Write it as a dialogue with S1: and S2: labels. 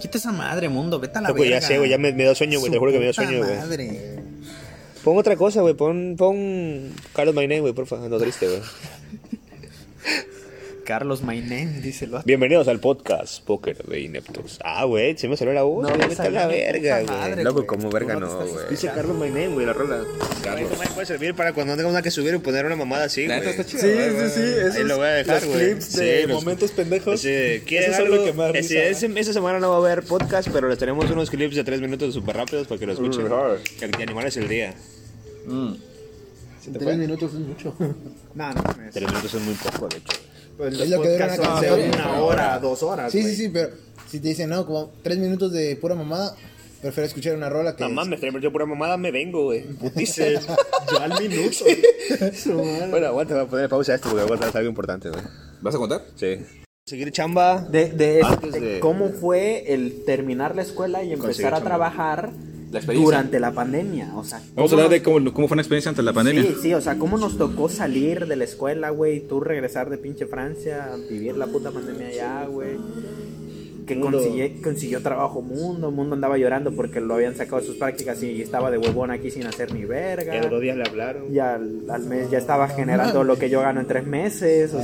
S1: Quita esa madre, mundo. Vete a la
S2: Loco, ya
S1: verga.
S2: sé, güey, ya me, me da sueño, güey, te
S1: Su
S2: juro que me da
S1: puta
S2: sueño, güey.
S1: madre.
S2: Pon otra cosa, güey, pon, pon Carlos My Name, güey, porfa, ando triste, güey.
S1: Carlos Mainén, díselo.
S2: Bienvenidos al podcast Poker de Ineptos. Ah, güey, se me salió la voz,
S1: No,
S2: güey,
S1: me
S2: vete a
S1: salió
S2: la
S1: mi puta
S2: verga,
S1: madre.
S2: güey.
S1: Madre,
S3: Loco,
S1: güey,
S3: como
S1: tú
S3: verga
S1: no te
S3: no,
S1: estás
S3: güey.
S2: Dice Carlos My Name, güey, la rola. Eso me puede servir para cuando no tenga una que subir y poner una mamada así,
S3: La
S2: güey.
S3: neta está chida,
S4: Sí,
S3: güey,
S4: sí, sí.
S3: güey.
S4: Esos,
S2: Ahí lo voy a dejar,
S4: los
S2: güey.
S4: clips de
S2: Sí, los-
S4: momentos pendejos.
S2: Ese, ¿quieren
S4: esos son
S2: algo?
S4: los que más
S2: Ese-
S4: risa
S2: ese- esta semana no va a haber podcast, pero les tenemos unos clips de 3 minutos súper rápidos para que lo escuchen.
S3: Ujú.
S2: Que te animales el día.
S4: dan.
S5: Tres minutos es mucho.
S1: No, no mames.
S2: 3 minutos son muy poco, de hecho.
S1: Pues
S5: Es lo que dura una
S1: podcasts son
S5: canción.
S1: Una hora, dos horas.
S5: Sí,
S1: güey.
S5: sí, sí, pero si te dicen, no, como tres minutos de pura mamada, prefiero escuchar una rola que.
S2: No mames, tres minutos pura mamada, me vengo, güey. Putice.
S1: Ya al minuto.
S2: bueno, aguanta, voy a poner pausa a esto porque aguanta es algo importante, güey.
S3: ¿Vas a contar?
S2: Sí. Seguir chamba.
S6: De, de,
S2: Antes
S6: de
S2: de-
S6: cómo fue el terminar la escuela y
S2: Conseguir
S6: empezar a
S2: chamba.
S6: trabajar
S3: La experiencia.
S6: durante la pandemia. O sea,
S3: Vamos a
S6: cómo
S3: hablar de
S6: nos-
S3: cómo, cómo fue una experiencia ante la pandemia.
S6: Sí, sí, o sea, cómo nos tocó salir de la escuela, güey, tú regresar de pinche Francia, vivir la puta pandemia allá, güey. Que consigue- consiguió trabajo Mundo, Mundo andaba llorando porque lo habían sacado de sus prácticas y estaba de huevón aquí sin hacer ni
S2: Ya los
S6: verga.
S2: dos días le hablaron.
S6: Y al, al mes ya estaba generando lo que yo gano en tres meses, o